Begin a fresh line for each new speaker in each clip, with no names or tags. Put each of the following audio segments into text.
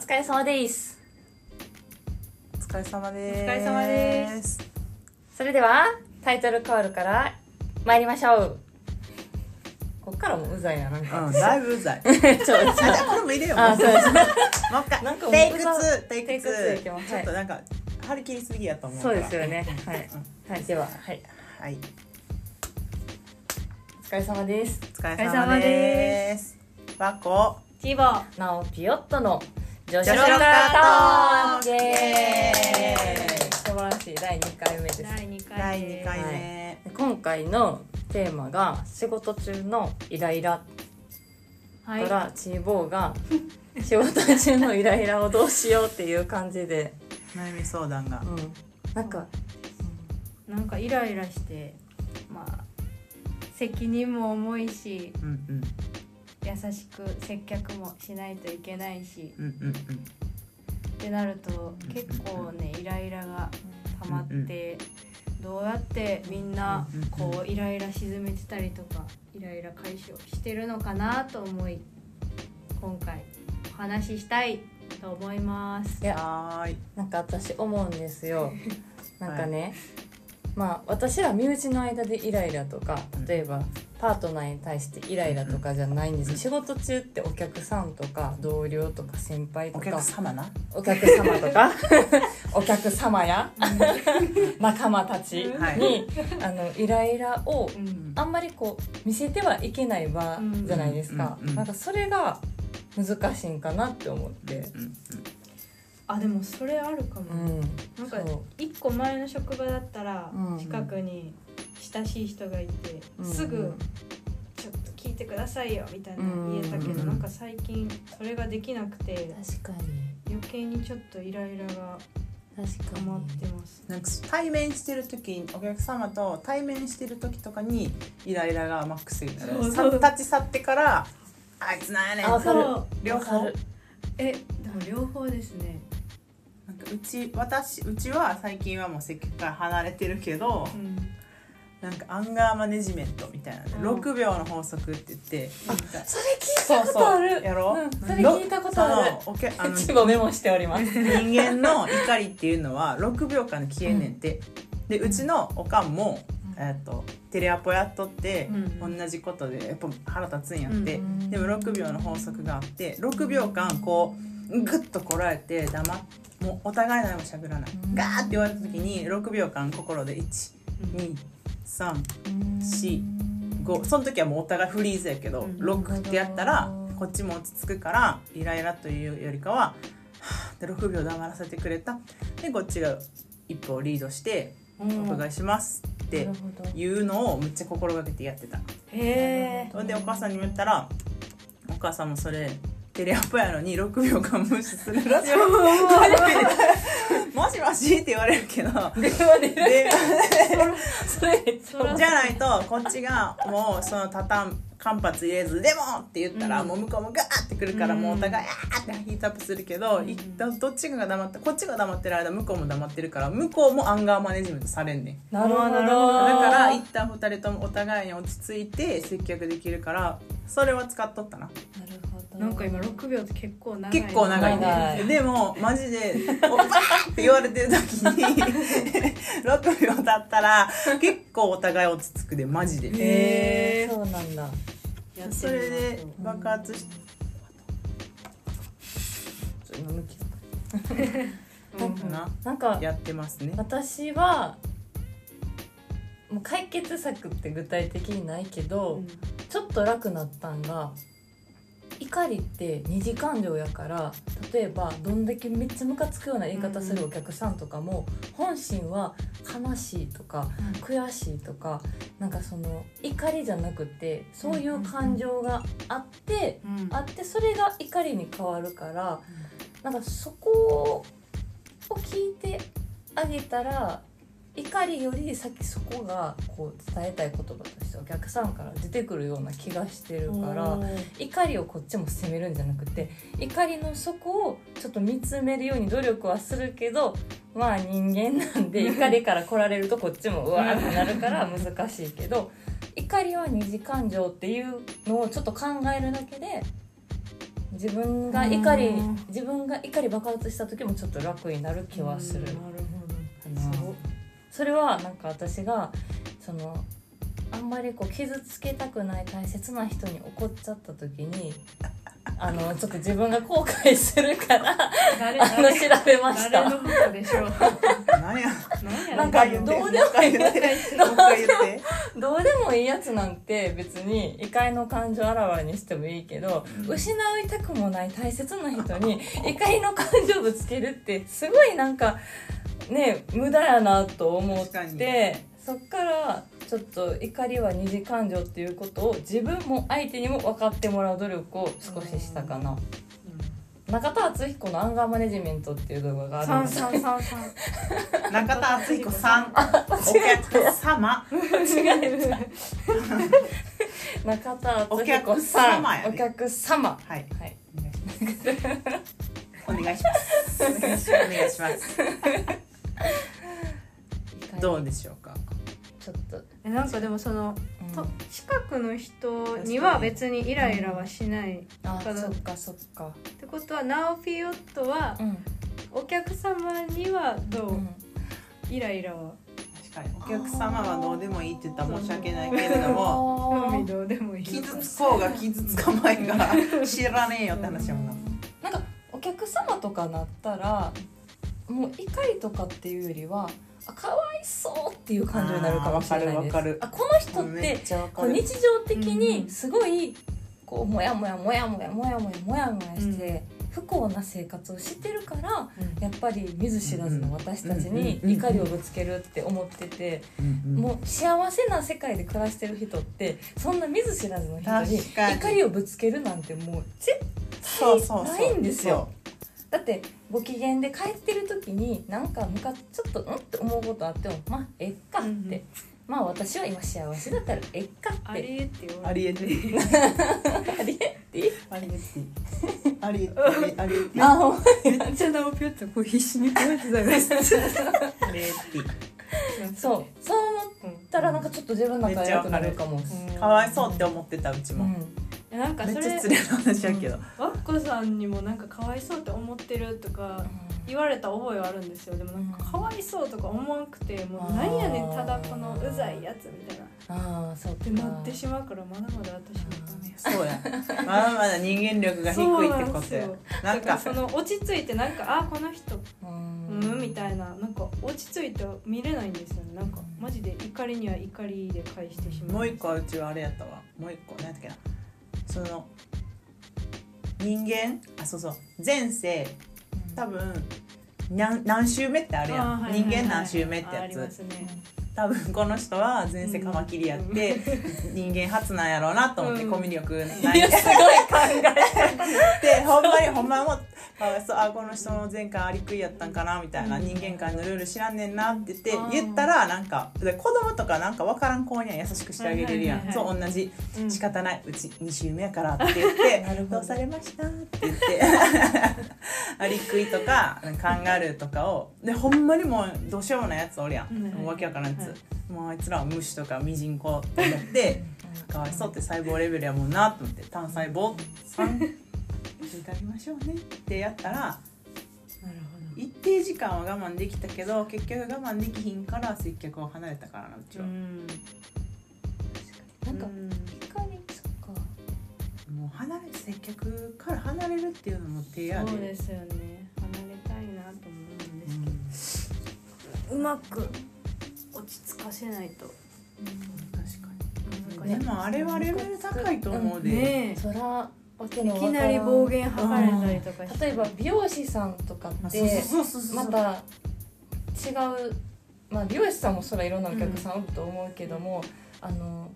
疲れ様です
お疲れ様です
お疲れ様ですそれではタイトルコールから参りましょうこっからもうざいななん
う
か
ん、だいぶうざい
ちょ
あ、じゃあこれも入れよう
あそうです
もう一回
なんかもう
テイク2テイク
テイクツーいきます
2ちょっとなんか張り切りすぎやと思うか
そう
ら
ですよねはい、はい、でははい
はい
お疲れ様です
お疲れ様ですわこ
ティーボー
なおピヨットの女子
女
ロッ
子ロッカー
カー
ト
トー
ーク
クイエ
イエーイ
ーイ素晴らしい第2回目です
第2
第
回
二
です
回目
今回のテーマが仕事中のイライラ
は
か
い
ら、チーボー が仕事中のイライラをどうしようっていう感じで、
悩み相談が
うん、なんか
なんかイライラしてまあ責任も重いし
うんうん
優しく接客もしないといけないし
うんうん
ってなると結構ねイライラが溜まってどうやってみんなこうイライラ沈めてたりとかイライラ解消してるのかなと思い今回お話ししたいと思います
い。や
はーい
なんか私思うんですよなんかね、まあ私ら身内の間でイライラとか例えばパートナーに対してイライラとかじゃないんですけど仕事中ってお客さんとか同僚とか先輩と
お
か
客様な
お客様と か お客様や 仲間たちに、
はい
あのイライラを
うん
あんまりこう見せてはいけない場じゃないですか、
うんうんうん
なんかそれが難しいんかなって思って、
うんうん
あでもそれあるかも
う。ん、
なんか
そう
一個前の職場だったら
うん
近くに親しい人がいて、
うん
すぐ「ちょっと聞いてくださいよ」みたいな言えたけど、
うん
なんか最近それができなくて
確か
余計にちょっとイライラが
に確
溜まってます。
なんか対面してる時お客様と対面してる時とかにイライラがマックスにな
そう
るさ
そう
立ち去ってから「あいつなんやねん」
あわかる
そう
両
わ
方
かる
えでも両方ですね。
なんかうち私うちは最近はもう接客から離れてるけど
うん、
なんかアンガーマネジメントみたいな、ね
うん
6秒の法則って言ってなんか
それ聞いたことある
そうそうやろ
うんそれ聞いたことある
そのおけ あの
一部メモしております
人間の怒りっていう のは6秒間で消えんねんて、でうちのおかんも、
うん
えー、とテレアポやっとって、
うん
同じことでやっぱ腹立つんやって、
うん
でも6秒の法則があって6秒間こうグッとこらえて黙っもうお互い何も喋らない、
うん
ガーって言われた時に6秒間心で1235しその時はもうお互いフリーズやけど、
うん
6ってやったらこっちも落ち着くからイライラというよりかははぁって6秒黙らせてくれたでこっちが一歩リードして
うん
「お伺いします」っていうのをむっちゃ心がけてやってた。
へえ
ほんでお母さんにも言ったらお母さんもそれテレアポやのに6秒間無視する らしいもしもしって言われるけ どで
それめっちゃ
じゃないとこっちがもうそのたたん間髪入れず「でも!」って言ったら、
うん
もう向こうもガーってくるから、
うん
もうお互い「あー!」ってヒートアップするけど、
うん
一旦どっちかが黙ってこっちが黙ってる間向こうも黙ってるから向こうもアンガーマネジメントされんねん。
なるほど
なるほど
だから一
な
旦二人ともお互いに落ち着いて接客できるからそれは使っとったな
るほど
なんか今6秒って結構長い
結構長いね
長い
でもマジでおバーって言われてる時に 6秒経ったら結構お互い落ち着くでマジで
へえそうなんだ
やってみます
それで爆発し
うん
たな、
なんか
やってますね
私はもう解決策って具体的にないけど、
うん
ちょっと楽になったんが怒りって二次感情やから例えばどんだけめっちゃムカつくような言い方するお客さんとかも、本心は悲しいとか悔しいとかなんかその怒りじゃなくてそういう感情があって。
うん
あってそれが怒りに変わるから、なんかそこを聞いてあげたら怒りより先そこがこう伝えたい言葉としてお客さんから出てくるような気がしてるから
おー
怒りをこっちも責めるんじゃなくて怒りの底をちょっと見つめるように努力はするけどまあ人間なんで怒りから来られるとこっちもうわーってなるから難しいけど怒りは二次感情っていうのをちょっと考えるだけで自分が怒り
うん
自分が怒り爆発した時もちょっと楽になる気はする
なる
かなそれはなんか私がそのあんまりこう傷つけたくない大切な人に怒っちゃった時にあのちょっと自分が後悔するから
誰
あの
誰
調べました
誰のことでしょう
ほど何や
何や
なん
もう一
か
回言っ
どう
て
でもいい
もう一回言ってもう一回言って
どうでもいいやつなんて別に怒りの感情あらわにしてもいいけど、失いたくもない大切な人に怒りの感情ぶつけるってすごいなんかね無駄やなと思っ
確かに
てそっからちょっと怒りは二次感情っていうことを自分も相手にも分かってもらう努力を少ししたかな。中田敦彦のアンガーマネジメントっていう動画があるん
三
です
三三三
中田敦彦さんお客様
間違えた中田敦彦
お客
さん
様やね
お客様
はい
はい
お願いしますお願いしますお願いします どうでしょうか
ちょっと、
えなんかでもその、
うん
と近くの人には別にイライラはしない、っ
あ
ただ
そっかそっか
てことはナオピヨットは
うん、
お客様にはどう、
うん
イライラは
確かにお客様はどうでもいいって言ったら申し訳ないけれども
あ
興味
ー
どうでもいい
傷つこうが傷つかまいが知らねえよって話やもん
な
な
んかお客様とかなったらもう怒りとかっていうよりはあかわいそうっていう感情になるかもしれないです
あーわかるわかる
あこの人っ
めってちゃわ
こ
か
う
る
日常的
うん
にすごいこうモヤモヤモヤモヤモヤモヤモヤモヤして不幸な生活をしてるからやっぱり見ず知らずの私たちに
うん
怒りをぶつけるって思ってて
うんうん
もう幸せな世界で暮らしてる人ってそんな見ず知らずの人に
確かに
怒りをぶつけるなんてもう絶
そうそうそう
ないんですよだってご機嫌で帰ってる時になんかむかちょっとうんって思うことあってもまあえっかって、
うんうん
まあ私は今幸せだからえっかっ
あ
て
りえって言わ
あ
れる
りえて
ありえって
ありえてありえてありえて
あほんま
めっちゃナオピヨットこう必死にこうやってたよね
ありえて
そうそう思ったらなんかちょっと自分の中で良くなるかも
うん
かわいそうって思ってたうち
う
も
ん
えなんか
めっ
そ
ちゃ
れ
失礼な話やけど
わっこさんにもなんかかわいそうって思ってるとか言われた覚えはあるんですよでもなんかかわいそうとか思わんくてもうなんやねんただこのうざいやつみたいな
ああそう
って
か
なってしまうからまだまだ私もダメや
そうやまだまだ人間力が低いってことや
そう
なん
だから
か
その落ち着いてなんかあこの人
う
うん
ん
みたいななんか落ち着いて見れないんですよねなんかマジで怒りには怒りで返してしまう
もう一個はうちはあれやったわもう一個何やったっけなその人間あそうそう前世多分何何周目ってあ
あ
るやん、
ーはいはいはい
人間何周目って
ああ
や
りま
つ
すね
多分この人は前世カマキリやって、人間初なんやろうなと思って、
うん
コミュ力ない
いやすごい考
でほんまにほんまもかわいそうあこの人の前回アリクイやったんかなみたいな、人間界のルール知らんねんなって言
あ
っ
ー
て言ったらなんかで子供とかなんか分からん子には優しくしてあげれるやん、
はいはいはいはい
そう同じ、
うん
仕方ないうち2週目やからって言 って
なる
「
ほ
ど
ど
うされました?」って言って アリクイとかカンガルーとかをでほんまにもうどうしようもないやつおるやん、
うん
もうわけわからんやつ、
はい
もうあいつらは虫とかミジンコって思って。 かわいそうって細胞レベルやもんなと思って単細胞さんいただきましょうねってやったら
なるほど
一定時間は我慢できたけど結局我慢できひんから接客を離れたからなうちは、
ん
なんか
うん
怒りそっか
もう離れて接客から離れるっていうのも手やで
そうですよね離れたいなと思うんですけど、うまく落ち着かせないと
確
難
か
しい
にでもあれはレベル高いと思うで、
ね
そらわけ
えい
のわ
き
から
なんり暴言吐かれたりとかして
例えば美容師さんとか
まあ
っ
そう
て
そうそうそう
また違うまあ美容師さんもそらいろんなお客さんおると思うけども、あの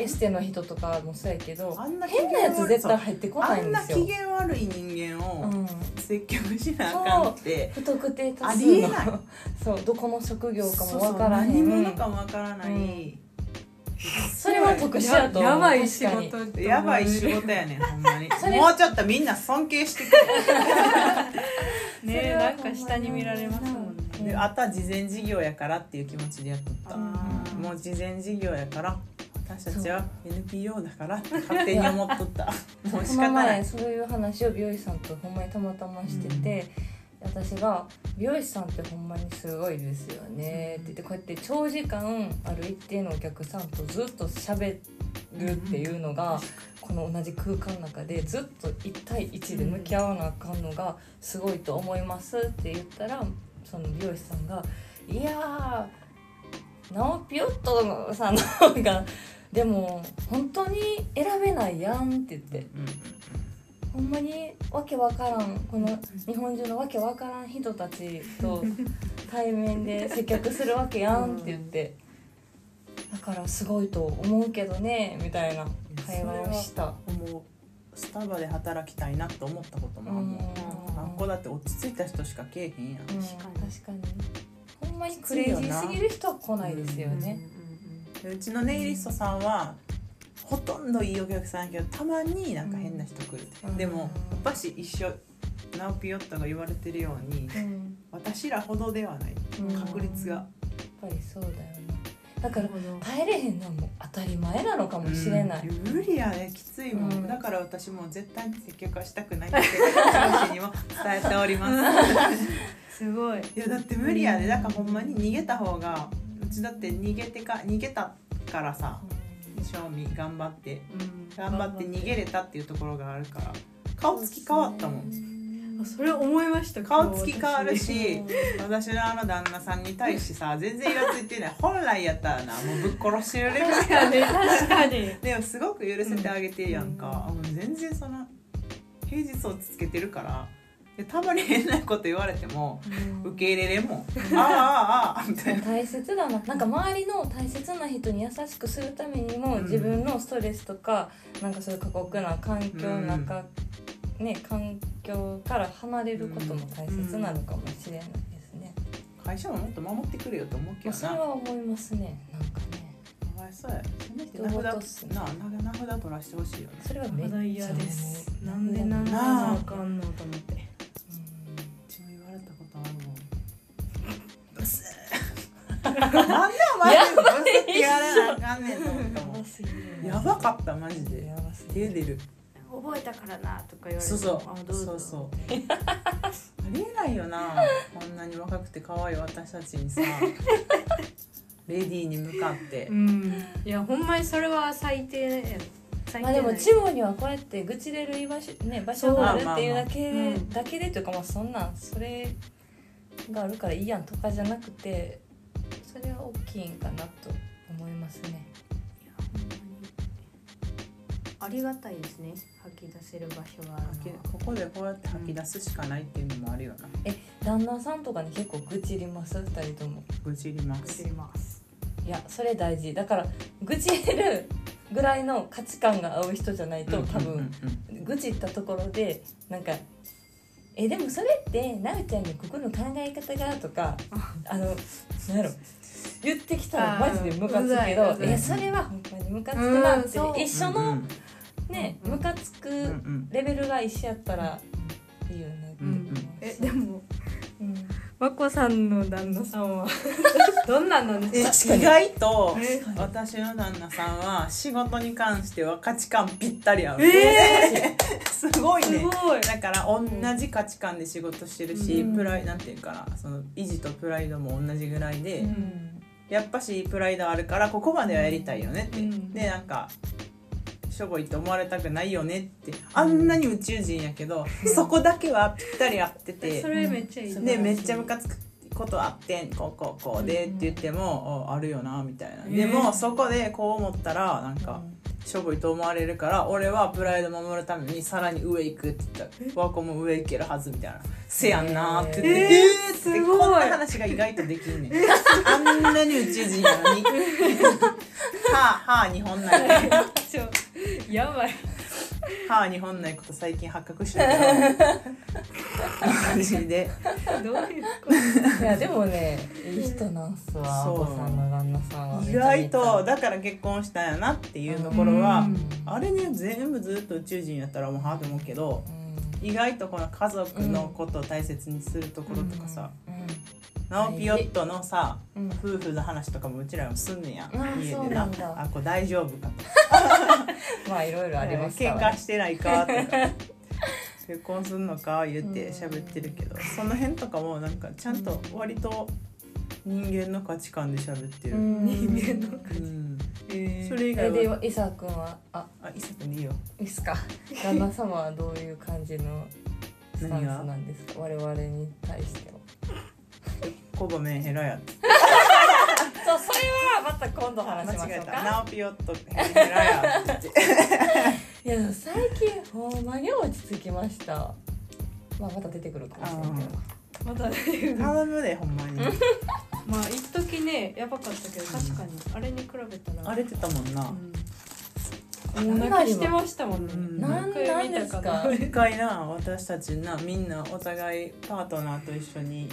エステの人とかもそうやけど
あんな機嫌
変なやつ絶対
悪い
入ってこ
あ
ない
ん
んで
な
すよ
機。嫌悪い人間
う
を
ん、
接客しなあかんって、
不特定多
あ
数
りえ
の
ない
そうどこの職業か
そう
も
そう
わからへん
何者かもわからない、
それは特殊やと思う
やばい
確
仕
かに
事って
やばい仕事やねんほんまに
それ
もうちょっとみんな尊敬してく
ねえなんか下に見られますもんね
うん
れであとは事前事業やからっていう気持ちでやっとった
あー
もう事前事業やから私たちは NPO だから って勝手に思っとったもう仕
この
方な
前
い
そういう話を美容師さんとほんまにたまたましてて、私が「美容師さんってほんまにすごいですよね」って言ってこうやって長時間ある一定のお客さんとずっと喋るっていうのが、この同じ空間の中でずっと1対1で向き合わなあかんのがすごいと思いますって言ったらその美容師さんが「いやーナオピオットのさんの方がでも本当に選べないやん」って言って。
うん
ほんまにわけわからんこの日本中のわけわからん人たち と対面で接客するわけやんって言って、だからすごいと思うけどねみたいな会話をした。
うんうんもうスタバで働きたいなって思ったこともあるもんあっこだって落ち着いた人しかけえへんやん
うん
確かに
確かにほんまにクレイジーすぎる人は来ないですよね。
でうちのネイリストさんはほとんどいいお客さんやけどたまになんか変な人来るって、
うん
でもやっぱし一緒ナオピヨットが言われてるように
うん
私らほどではない
うん
確率が、
やっぱりそうだよなだから
なるほど
帰れへんのはもう当たり前なのかもしれない、
うん無理やねきついもん、
うん
だから私も絶対に接客はしたくないって上司にも伝えております
すごい
いやだって無理やねだからほんまに逃げた方がうちだって逃げてか逃げたからさ賞味頑張って頑張って逃げれたっていうところがあるから顔つき変わったもん
あそれ思いました
顔つき変わる
今日私
し私のあの旦那さんに対してさ全然イラついてない本来やったらなもうぶっ殺し てるレベル
確かに確かに
でもすごく許せてあげてるやんか、もう全然その平日落ち着けてるからでたまに変なこと言われても受け入れれんもん ああああああみたいな
大切だななんか周りの大切な人に優しくするためにも、
うん
自分のストレスとかなんかそういう過酷な環境の中、ね環境から離れることも大切なのかもしれないですね、
会社ももっと守ってくれよと思う
ま
け
あ
ど
そ
な
れ
か
は思いますねなんかね
わいそうやせめて名
人事っ
札
す
なあ名札取らしてほしいよね
それはめっ
ま
ち
だ
ゃ
嫌です
思
な
うん
でなんで
なあ
わかんのと思って
う
うちも言われたことあるもんブスなんでお前ブスって言われなあかんねんと思ったもん
すぎる
やばかったマジで
やばすぎ
家
る
出る
覚えたからなとか言われて
そうそう
あどうぞ
そうそうありえないよなこんなに若くて可愛い私たちにさレディーに向かって
うんいやほんまにそれは最低や最低
まあでも地方にはこうやって愚痴れる居場所,、ね、場所があるっていうだけ
まあ
で
まあまあうん
だけでというかまあそんなんそれがあるからいいやんとかじゃなくてそれは大きいんかなと思いますね。
いやほんまにありがたいですね吐き出せる場所がある
吐き
のは
ここでこうやって吐き出すしかないっていうのもあるよな
旦那さんとかに結構愚痴ります2人とも。
愚痴ります
作ります
いやそれ大事だから愚痴れるぐらいの価値観が合う人じゃないと多分、愚痴ったところでなんか「えでもそれってなおちゃんにここの考え方が」とかあのなんやろ言ってきたらマジでムカつくけど「
あーうざいうざい
えそれはほんまにムカつくな」
うんそ
っ
う
て一緒の
うん
ね
うん
ムカつ
うんう
く
ん
レベルが一緒やったらいいよね
うんうん
えでも
うん
和子さんの旦那さんは どんなんなん
え
ですか
意外と
え
私の旦那さんは仕事に関しては価値観ぴったり合う、
え
すごい
ー、す
ね
ごい
だから同じ価値観で仕事してるし、
うん
プライなんていうかなその維持とプライドも同じぐらいで、
うん
やっぱしプライドあるからここまではやりたいよねって、
うん
でなんかしょぼいって思われたくないよねってあんなに宇宙人やけど、そこだけはぴったり合ってて
それめっちゃいい
でめっちゃム
か
カつくことあってんこうこうこうでって言っても、ああるよなみたいな、
えー
でもそこでこう思ったらなんか、しょぼいと思われるから俺はプライド守るためにさらに上行くって言ったら和子も上行けるはずみたいな「せやんな」って言って
えー
ーって
すごい
こんな話が意外とできんねんあんなに宇宙人なのに はあはあ日本内
やばい
はあ日本内こと最近発覚したけど マジで
どういうこ
い
と
やでもねいい人なんすわ
そう
お子さんの旦那さんは
意外とだから結婚したんやなっていうところはあれね全部ずっと宇宙人やったらもうはあと思うけど
うん
意外とこの家族のことを大切にするところとかさ、ナオピヨットのさ
うんうん
夫婦の話とかもうちらもすんねや、
うん
家
そう
で
な
なん
だ
あこれ大丈夫かとか
まあいろいろあります
喧
から
嘩してないかとか結婚すんのか言って喋ってるけど、その辺とかもなんかちゃんと割と人間の価値観で喋ってる、うん
人間の
それ以
え
外は
で伊沢君はあ
あ伊佐君でいいよ
いいっす か旦那様はどういう感じのスタンスなんですか我々に対しては
コボメンヘラやって
そうそれはまた今度話しまし
間
ょ
違え
う
た
か
ナオピヨットヘラ やって言って
いやでも最近ほんまに落ち着きましたまあまた出てくるかもしれないけど
またね
頼むでほんまに
まあ一時ねやばかったけど確かにあれに比べたら
荒れてたもんな、
うん、お腹してましたもんね
うん
なんなんですか
何回見た
一回な私たちなみんなお互いパートナーと一緒に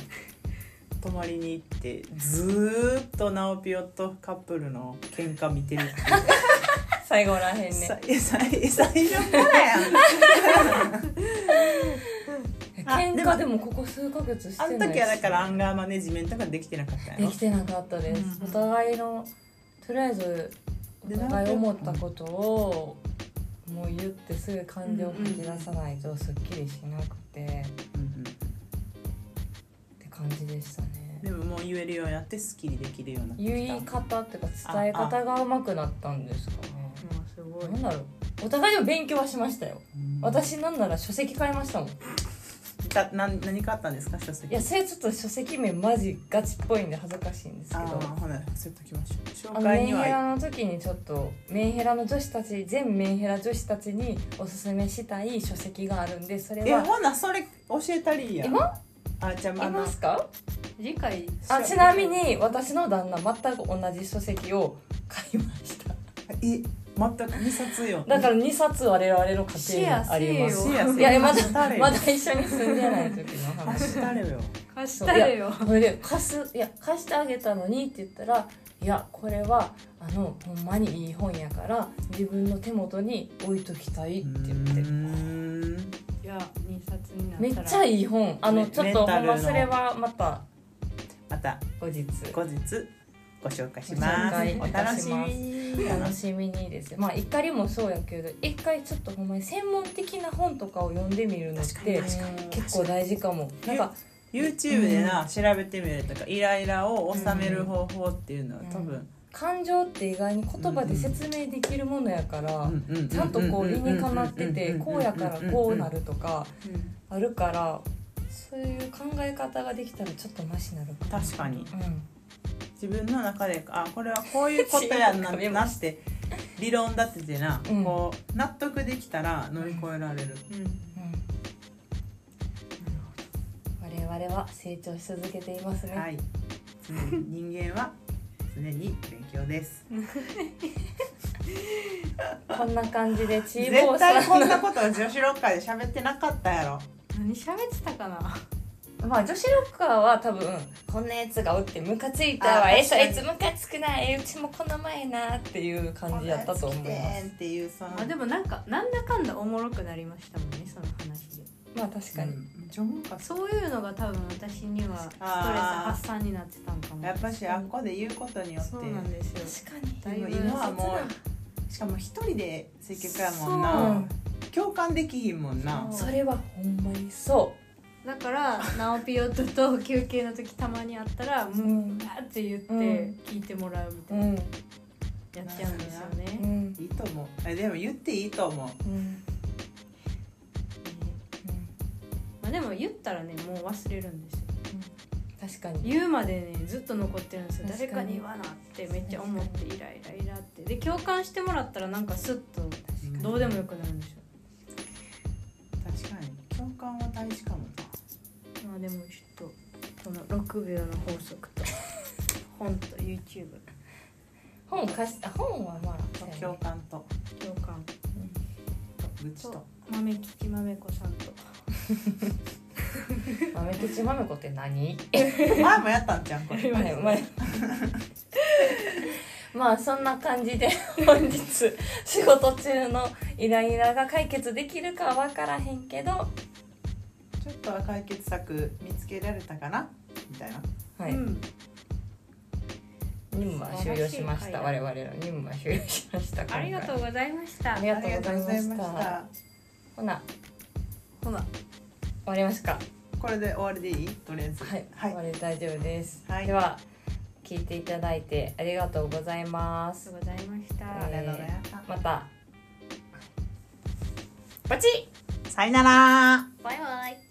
泊まりに行ってずーっとナオピオとカップルの喧嘩見てる、
最後らへんね
さいやさい最初からやん あ
喧嘩でもここ数ヶ月してな
あ
い
の時はだからアンガーマネジメントができてなかったや
で
ろ
きてなかったです、
うん
お互いのとりあえずお
で
互い思ったことをもう言ってすぐ感情を吐き出さないとすっきりしなくてっ
うんうん
て感じでしたね
でももう言えるようになってスッキリできるようになってきた
言い方っていうか伝え方が上手くなったんですかね
まあすごい
なんだろうお互いでも勉強はしましたよ
うん
私なんなら書籍買いましたもんい
だな何かあったんですか書籍
やそれちょっと書籍名マジガチっぽいんで恥ずかしいんですけ
あ
ど
あほなそうときましょう
あ
紹
のメ
介
ン
に
ヘ
は
ラの時にちょっとメンヘラの女子たち全メンヘラ女子たちにおすすめしたい書籍があるんでそれ
え
は
ほなそれ教えたりや
今
あじゃあまあ
い
な
ますか
理解
あちなみに私の旦那全く同じ書籍を買いました
え全く2冊よ
だから2冊我々の家
シ
庭
ェア
に
せ
あり ます
よ
いやまだ
だ
まだ一緒に住んでない時の話
貸したれよ
貸したれよ
それで貸すいや貸してあげたのにって言ったらいやこれはあのほんまにいい本やから自分の手元に置いときたいって言って
いや二冊になったら
めっちゃいい本あの
メ
ちょっ
メン
と
タ
ほ
ル
ん
の
まそれはまた
また
後日
後日ご紹介しま
ご
す
紹介
お
いた
楽
し
し
ます
みやな
楽しみにですまあ怒りもそうやけど一回ちょっとほんまに専門的な本とかを読んでみるのっ
確かに
て
確かに
結構大事かもなんか
YouTube でな調べてみるとかイライラを収める方法っていうのは多分
感情って意外に言葉で説明できるものやからちゃんとこう理にかなっててこうやからこうなるとか
うん
あるからそういう考え方ができたらちょっとマシになるか
確かに
もうん
自分の中であこれはこういうことやん
自分の
な
中で
なって理論立ててな、
うん
こう納得できたら乗り越えられる、
うん
うん我々は成長し続けていますね、
はい常に人間は常に勉強です
こんな感じでチーボー
絶
さ
対こ
ん
んなことを女子ロッカーで喋ってなかったやろ
何喋ってたかな
まあ女子ロッカーは多分こんなやつがおってムカついたわ
あ
えそい
確
つムカつくないえうちもこの前なっていう感じやったと思い
こんな
ま
やつ来て
す
んっていうその
あでもなんかなんだかんだおもろくなりましたもんねその話で
まあ確かに、
うんめっちゃおもろかった
そういうのが多分私にはストレス発散になってたんかも
やっぱしあっこで言うことによって
そうなんですよ
確かに
だ
で
い
も
ぶ
今はもうしかも一人で接客やもんな共感できひんもんな
それはほんまにそ
だからナオピオとと休憩の時たまに会ったら「うん」って言って
うん
聞いてもらうみ
う
た
う
いな、
ん
やっちゃうんですよ
う
ね。
ん
いいと思うあでも言っていいと思う
うん
まあ、でも言ったらねもう忘れるんですよ
確かに
言うまでねずっと残ってるんですよ
確か
誰
に
かに言わなってめっちゃ思ってイライライラってで共感してもらったらなんかスッとどうでもよくなるんでしょ
確かに共感は大事かもな
まあでもちょっとこの6秒の法則 と本と YouTube
本貸しあ本はまあそうやね
共感と
共感
愚痴
と
と
豆吉豆子さんと
豆吉豆子って何
前もやったんちゃうこ れ
前前まあそんな感じで 本日仕事中のイライラが解決できるかは分からへんけど
ちょっとは解決策見つけられたかなみたいな
はい、
うん
任務は終了しました我
素晴
々の任務は終了しました今
あ
回
りがとうございました
ありがとうございました
ありがとうございまし
ほな
ほな
終わりますか
たこれで終わりでいいとりあえず
はい、
はい
終わりで大丈夫です、
はい
では聞いていただいてありがとうございま
あり
す
がとうございました、
ありがとうございました
またバチッ
さよなら
バイバイ